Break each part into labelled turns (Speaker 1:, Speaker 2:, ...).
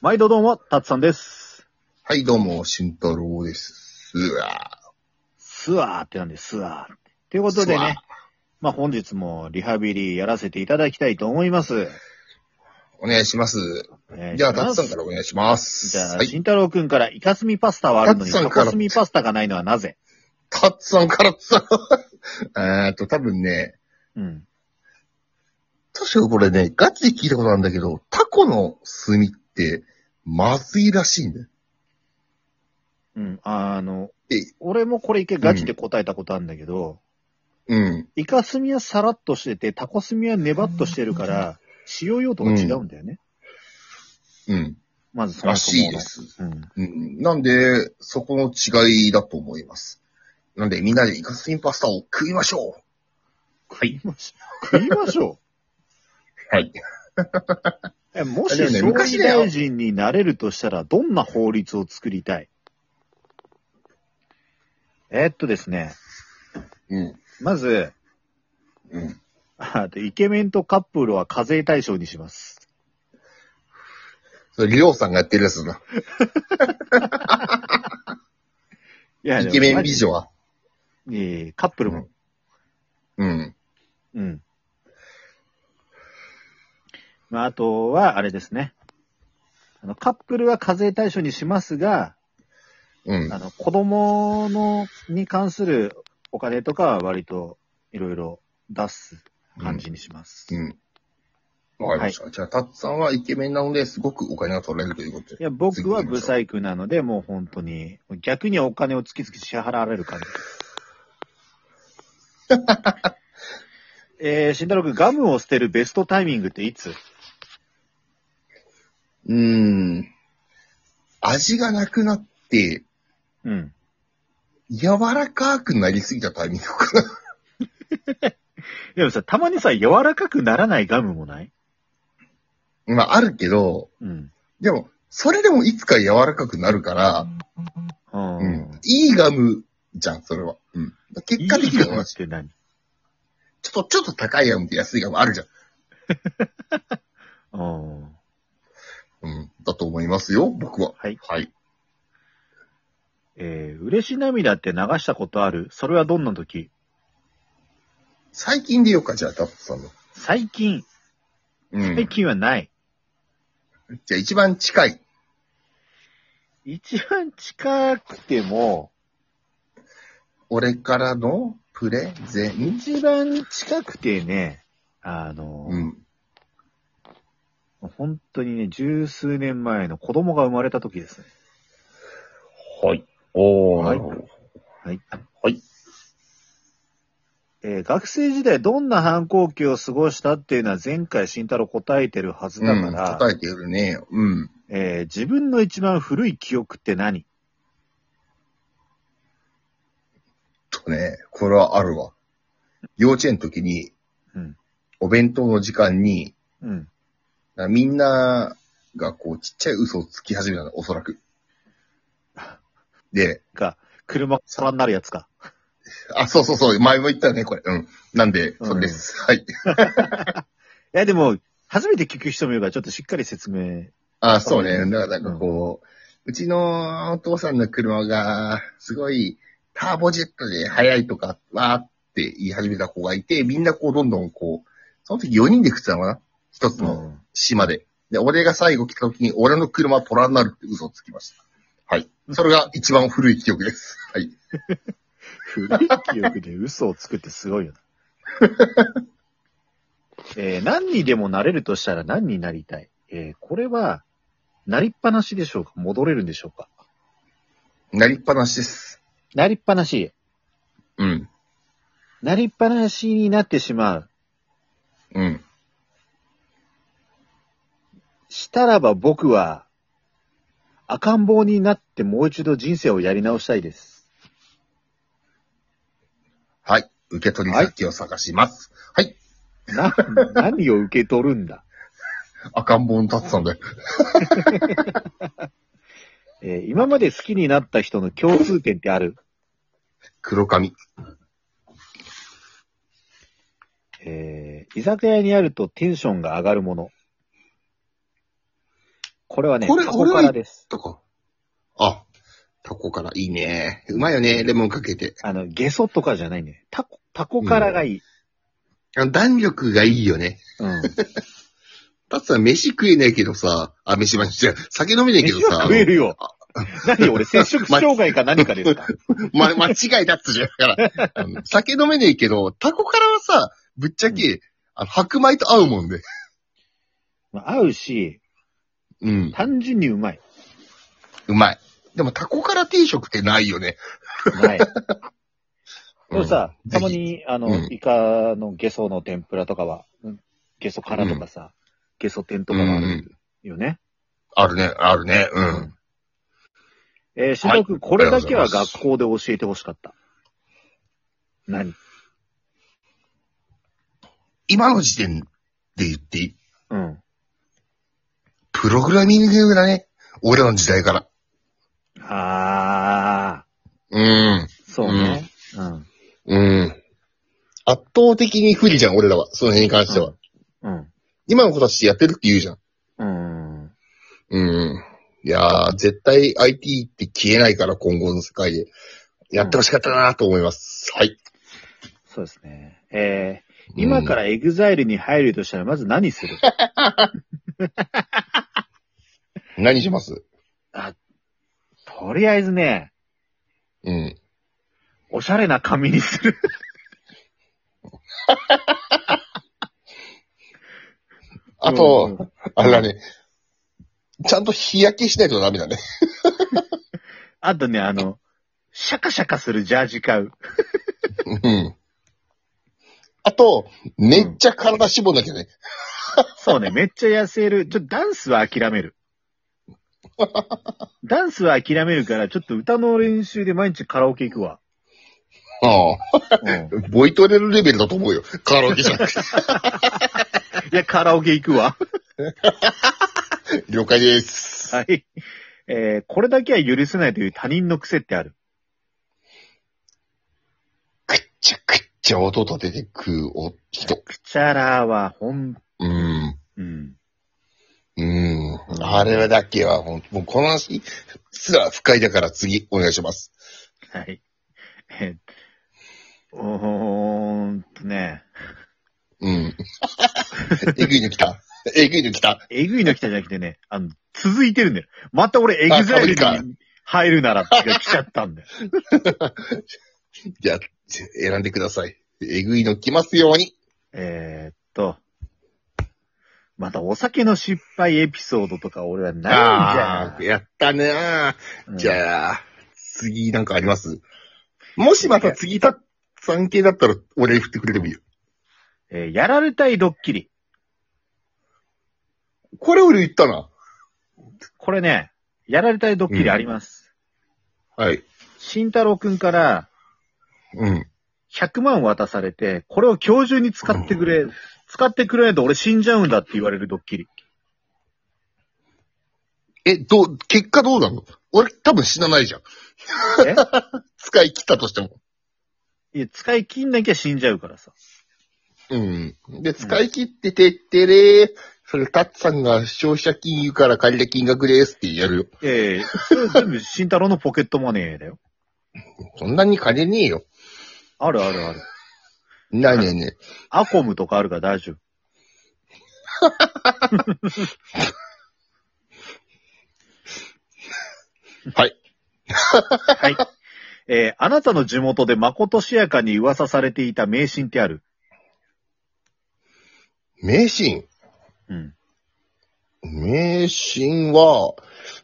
Speaker 1: 毎度どうも、たつさんです。
Speaker 2: はい、どうも、慎太郎です。うわ
Speaker 1: スワーってなんで、スワーって。ということで
Speaker 2: スワー
Speaker 1: ね、まあ本日もリハビリやらせていただきたいと思います。
Speaker 2: お願いします。
Speaker 1: お願いし
Speaker 2: じゃあ、
Speaker 1: ま
Speaker 2: た
Speaker 1: す
Speaker 2: つさんからお願いします。
Speaker 1: じゃあ、
Speaker 2: は
Speaker 1: 慎
Speaker 2: い。
Speaker 1: 太郎くんから、イカスミパスタはあるのに、
Speaker 2: タツさ
Speaker 1: タ
Speaker 2: んから
Speaker 1: コスミパスタがないのはなぜ
Speaker 2: たつさん からさ、えーっと、多分ね、
Speaker 1: うん。
Speaker 2: 確かこれね、ガチで聞いたことあるんだけど、タコの炭って、まずいらしいんだよ。
Speaker 1: うん。あの
Speaker 2: え、
Speaker 1: 俺もこれ一回ガチで答えたことあるんだけど、
Speaker 2: うん。
Speaker 1: イカスミはサラッとしてて、タコスミはネバッとしてるから、使用用途が違うんだよね。
Speaker 2: うん。
Speaker 1: まずそ
Speaker 2: ら
Speaker 1: もそも
Speaker 2: し
Speaker 1: の
Speaker 2: いです。
Speaker 1: うん。
Speaker 2: うん。なんで、そこの違いだと思います。なんで、みんなでイカスミパスタを食いましょう。
Speaker 1: 食いまし ょう。食いましょう。
Speaker 2: はい。
Speaker 1: え、もし
Speaker 2: あでもね
Speaker 1: 総
Speaker 2: 昔
Speaker 1: 理
Speaker 2: だよ
Speaker 1: 大臣になれるとしたら、どんな法律を作りたいえーっとですね、
Speaker 2: うん。
Speaker 1: まず、
Speaker 2: うん。
Speaker 1: あとイケメンとカップルは課税対象にします。
Speaker 2: それ、りょうさんがやってるやつだ
Speaker 1: いや
Speaker 2: な。イケメン美。女は。
Speaker 1: でもマジいいカップルも。
Speaker 2: うん。
Speaker 1: うん。まあ、あとは、あれですね。あの、カップルは課税対象にしますが、
Speaker 2: うん。
Speaker 1: あの、子供の、に関するお金とかは割といろいろ出す感じにします。
Speaker 2: うん。わかりました。じゃあ、タッツさんはイケメンなので、すごくお金が取られるということ
Speaker 1: い
Speaker 2: で。
Speaker 1: や、僕はブサイクなので、もう本当に、逆にお金を月々支払われる 感じ。えー、慎太郎くん、ガムを捨てるベストタイミングっていつ
Speaker 2: うーん。味がなくなって、
Speaker 1: うん。
Speaker 2: 柔らかくなりすぎたタイミング かな。
Speaker 1: でもさ、たまにさ、柔らかくならないガムもない
Speaker 2: まあ、あるけど、
Speaker 1: うん。
Speaker 2: でも、それでもいつか柔らかくなるから、
Speaker 1: うん
Speaker 2: うん。いいガムじゃん、それは。うん。結果的
Speaker 1: いい
Speaker 2: に
Speaker 1: ガム
Speaker 2: は
Speaker 1: っ、て何
Speaker 2: ちょっと、ちょっと高いガムと安いガムあるじゃ
Speaker 1: う
Speaker 2: ん。
Speaker 1: ん。
Speaker 2: うん。だと思いますよ、僕は。
Speaker 1: はい。
Speaker 2: はい。
Speaker 1: えー、嬉し涙って流したことあるそれはどんな時
Speaker 2: 最近でようか、じゃあ、タッツさんの。
Speaker 1: 最近。
Speaker 2: うん。
Speaker 1: 最近はない。
Speaker 2: じゃあ、一番近い。
Speaker 1: 一番近くても、
Speaker 2: 俺からのプレゼン
Speaker 1: 一番近くてね、あの、
Speaker 2: うん。
Speaker 1: 本当にね、十数年前の子供が生まれた時ですね。
Speaker 2: はい。おー、
Speaker 1: はい
Speaker 2: なるほど。
Speaker 1: はい。
Speaker 2: はい。
Speaker 1: えー学生時代どんな反抗期を過ごしたっていうのは前回慎太郎答えてるはずだ
Speaker 2: う
Speaker 1: か
Speaker 2: ん、
Speaker 1: ら、
Speaker 2: 叩いてるね。うん。
Speaker 1: えー自分の一番古い記憶って何
Speaker 2: とね、これはあるわ。幼稚園の時に、
Speaker 1: うん。
Speaker 2: お弁当の時間に、
Speaker 1: うん。
Speaker 2: みんながこう、ちっちゃい嘘をつき始めたの、おそらく。で、
Speaker 1: が、車空になるやつか。
Speaker 2: あ、そうそうそう、前も言ったね、これ。うん。なんで、
Speaker 1: うん
Speaker 2: それです。はい。
Speaker 1: いや、でも、初めて聞く人もいるから、ちょっとしっかり説明。
Speaker 2: あ、そうね。だからなんかこう、うちのお父さんの車が、すごい、ターボジェットで速いとか、わーって言い始めた子がいて、みんなこう、どんどんこう、その時4人で食ってたのかな一つの
Speaker 1: ん
Speaker 2: 島で。で、俺が最後来た時に、俺の車は虎になるって嘘をつきました。はい。それが一番古い記憶です。はい。
Speaker 1: 古い記憶で嘘をつくってすごいよな。 えー何にでもなれるとしたら何になりたいえーこれは、なりっぱなしでしょうか戻れるんでしょうか
Speaker 2: なりっぱなしです。
Speaker 1: なりっぱなし。
Speaker 2: うん。
Speaker 1: なりっぱなしになってしまう。
Speaker 2: うん。
Speaker 1: したらば僕は、赤ん坊になってもう一度人生をやり直したいです。
Speaker 2: はい。受け取り先を探します。はい。
Speaker 1: な、何を受け取るんだ
Speaker 2: 赤ん坊に立ってたんで。
Speaker 1: えー今まで好きになった人の共通点ってある
Speaker 2: 黒髪。
Speaker 1: えー居酒屋にあるとテンションが上がるもの。これはね、
Speaker 2: これ
Speaker 1: タコからです。
Speaker 2: とか。あ、タコからいいね。うまいよね、レモンかけて。
Speaker 1: あの、ゲソとかじゃないね。タコ、タコからがいい。
Speaker 2: あの弾力がい いよね。
Speaker 1: うん。
Speaker 2: たつさん、飯食えないけどさ、あ、飯まじゃ酒飲めないけど
Speaker 1: 飯は
Speaker 2: さ、
Speaker 1: 食えるよ。何俺、摂食障害か何かです か
Speaker 2: ま、間違いだったじゃん。だから、あの酒飲めないけど、タコからはさ、ぶっちゃけ、あの白米と合うもんで。
Speaker 1: まあ合うし、
Speaker 2: うん。
Speaker 1: 単純にうまい。
Speaker 2: うまい。でもタコから定食ってないよね。
Speaker 1: うまい。で
Speaker 2: うん
Speaker 1: もさ、
Speaker 2: ぜ
Speaker 1: たま
Speaker 2: ひ
Speaker 1: に、あの、
Speaker 2: うん
Speaker 1: イカのゲソの天ぷらとかは、うんゲソからとかさ、ゲソ天とかはあるよね。
Speaker 2: あるね、あるね。うん。
Speaker 1: えー、しのくん、これだけ
Speaker 2: あ
Speaker 1: は
Speaker 2: りがとうございます
Speaker 1: 学校で教えてほしかった。何
Speaker 2: 今の時点で言っていい
Speaker 1: うん。
Speaker 2: プログラミングだね。俺らの時代から。
Speaker 1: あ
Speaker 2: うん。
Speaker 1: ー、そうね。うん。
Speaker 2: うん。圧倒的に不利じゃん、俺らは。その辺に関しては。
Speaker 1: うん。
Speaker 2: 今の子たちやってるって言うじゃん。
Speaker 1: うん。
Speaker 2: うん。いやー、絶対 IT って消えないから、今後の世界で。やってほしかったなと思います。はい。
Speaker 1: そうですね。えー、今からエグザイルに入るとしたら、まず何 する
Speaker 2: うん何します
Speaker 1: とりあえずね、
Speaker 2: うん。
Speaker 1: おしゃれな髪にする。
Speaker 2: あ
Speaker 1: うん
Speaker 2: と、、あれだね。ちゃんと日焼けしないとダメだね。
Speaker 1: あとね、あの、シャカシャカするジャージ買う。
Speaker 2: うん。あと、めっちゃ体絞んなきゃね。
Speaker 1: そうね、めっちゃ痩せる。ちょっとダンスは諦 める。ダンスは諦めるから、ちょっと歌の練習で毎日カラオケ行くわ。
Speaker 2: あ
Speaker 1: うん
Speaker 2: あ。ボイトレのレベルだと思うよ。カラオケじゃな くて。
Speaker 1: いや、カラオケ行くわ。
Speaker 2: 了解です。
Speaker 1: はい。えー、これだけは許せないという他人の癖ってある。
Speaker 2: くっちゃくっちゃ音立てて食うお人。
Speaker 1: くちゃらは、ほん、
Speaker 2: うん。
Speaker 1: うん。
Speaker 2: うん。あれだけは、ほんもうこの話すら不快だから次お願いします。
Speaker 1: はい。えー、おーんとね、
Speaker 2: うん。えぐいの来たえぐいの来た
Speaker 1: えぐいの来たじゃなくてね、あの、続いてるんだよ。また俺、エグザイル
Speaker 2: あそうか
Speaker 1: に入るならって来ちゃったんだよ。
Speaker 2: じゃあ、選んでください。えぐいの来ますように。
Speaker 1: えーっと、またお酒の失敗エピソードとか俺はないん
Speaker 2: あー、やったねー。
Speaker 1: じゃん。
Speaker 2: じゃあ、次なんかありますもしまた次た、産系だったら俺振ってくれてもいいよ。
Speaker 1: うんえーやられたいドッキリ。
Speaker 2: これ俺言ったな。
Speaker 1: これね、やられたいドッキリあります。
Speaker 2: はい。
Speaker 1: 慎太郎くんから
Speaker 2: うん。
Speaker 1: 100万渡されて、これを今日中に使ってくれ、使ってくれないと俺死んじゃうんだって言われるドッキリ。
Speaker 2: え、どう、結果どうなの俺多分死なないじゃん。
Speaker 1: え
Speaker 2: 使い切ったとしても。
Speaker 1: いや、使い切んなきゃ死んじゃうからさ。
Speaker 2: うん。で、使い切っててってれー。それ、タッツさんが消費者金融から借りた金額ですってやるよ。
Speaker 1: いやいや、それ全部慎太郎のポケットマネーだよ。
Speaker 2: そんなに金ねえよ。
Speaker 1: あるあるある。
Speaker 2: ないねえね
Speaker 1: アコムとかあるから大丈夫。
Speaker 2: え。はい。
Speaker 1: はい。えーあなたの地元でまことしやかに噂されていた迷信ってある
Speaker 2: 名シーン。
Speaker 1: うん。
Speaker 2: 名シーンは、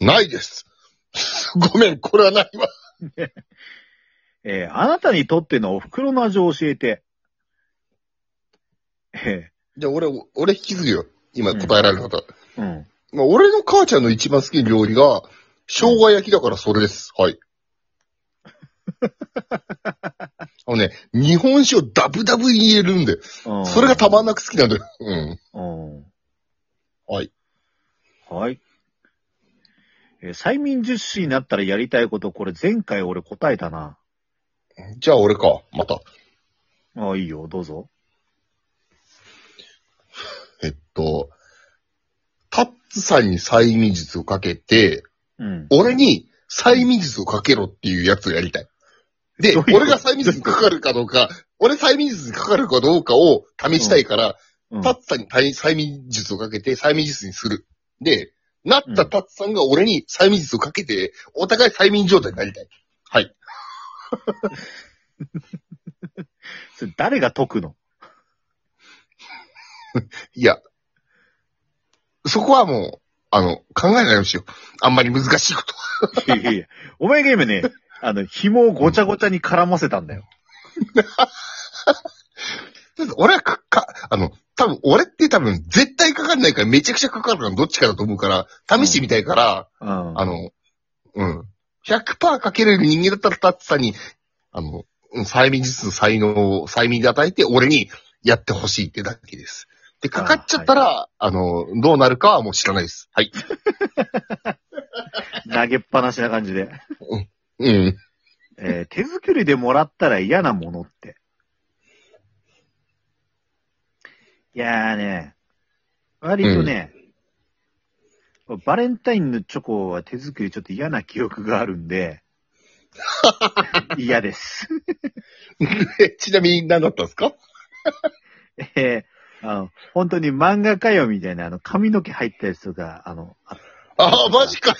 Speaker 2: ないです。 ごめん、これはないわ。
Speaker 1: えーあなたにとってのお袋の味を教えて。え
Speaker 2: じゃあ俺、俺引き継ぐよ。今答えられる方。
Speaker 1: ーうん。
Speaker 2: まあ、俺の母ちゃんの一番好きな料理が、生姜焼きだからそれです。 はい。あのね、日本酒をダブダブに入れるんで、
Speaker 1: うん
Speaker 2: それがたまんなく好きなんだよ。うん。
Speaker 1: うん。
Speaker 2: はい。
Speaker 1: はい。えー催眠術師になったらやりたいこと、これ前回俺答えたな。
Speaker 2: じゃあ俺か、また。
Speaker 1: ああ、いいよ、どうぞ。
Speaker 2: えっと、タッさんに催眠術をかけて、
Speaker 1: うん。
Speaker 2: 俺に催眠術をかけろっていうやつをやりたい。で、
Speaker 1: どういうこと
Speaker 2: 俺が催眠術にかかるかどうか、俺催眠術にかかるかどうかを試したいから、
Speaker 1: うん
Speaker 2: タッツさんに催催眠術をかけて催眠術にする。で、なったタッツさんが俺に催眠術をかけて、お互い催眠状態になりたい。はい。
Speaker 1: それ誰が解くの
Speaker 2: いや、そこはもう、あの、考えないようにしよう。あんまり難しいことは。
Speaker 1: いやいやいや、お前が今ね、あの、紐をごちゃごちゃに絡ませたんだよ。
Speaker 2: だって俺はか、か、あの、多分、俺って多分、絶対かかんないから、めちゃくちゃかかるから、どっちかだと思うから、試してみたいから、
Speaker 1: うん。
Speaker 2: あの、うん。100%かけれる人間だったら、タッツさんに、あの、うん催眠術の才能を、催眠で与えて、俺にやってほしいってだけです。で、かかっちゃったら、あ,、の、どうなるかはもう知らないです。はい。
Speaker 1: 投げっぱなしな感じで。
Speaker 2: うん。
Speaker 1: えー手作りでもらったら嫌なものって。いやーね、割とね、バレンタインのチョコは手作りちょっと嫌な記憶があるん で、嫌です。
Speaker 2: えちなみに何だったんですか
Speaker 1: えーあの、本当に漫画家よみたいな、あの、髪の毛入ったやつとか、あの、あ
Speaker 2: ああ、マジかよ。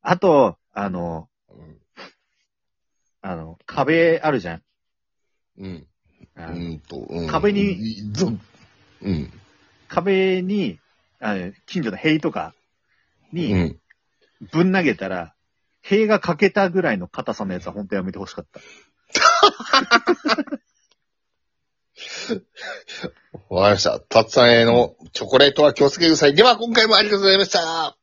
Speaker 1: あと、あの、あの、壁あるじゃん。
Speaker 2: うん。
Speaker 1: あ
Speaker 2: う
Speaker 1: の
Speaker 2: んと、うん、
Speaker 1: 壁に
Speaker 2: ぞ、うん。
Speaker 1: 壁に、あの近所の塀とか
Speaker 2: う
Speaker 1: に
Speaker 2: ん。
Speaker 1: ぶん投げたら、塀が欠けたぐらいの硬さのやつは本当やめてほしかった。
Speaker 2: わかりました。タッツさんへのチョコレートは気をつけてください。では、今回もありがとうございました。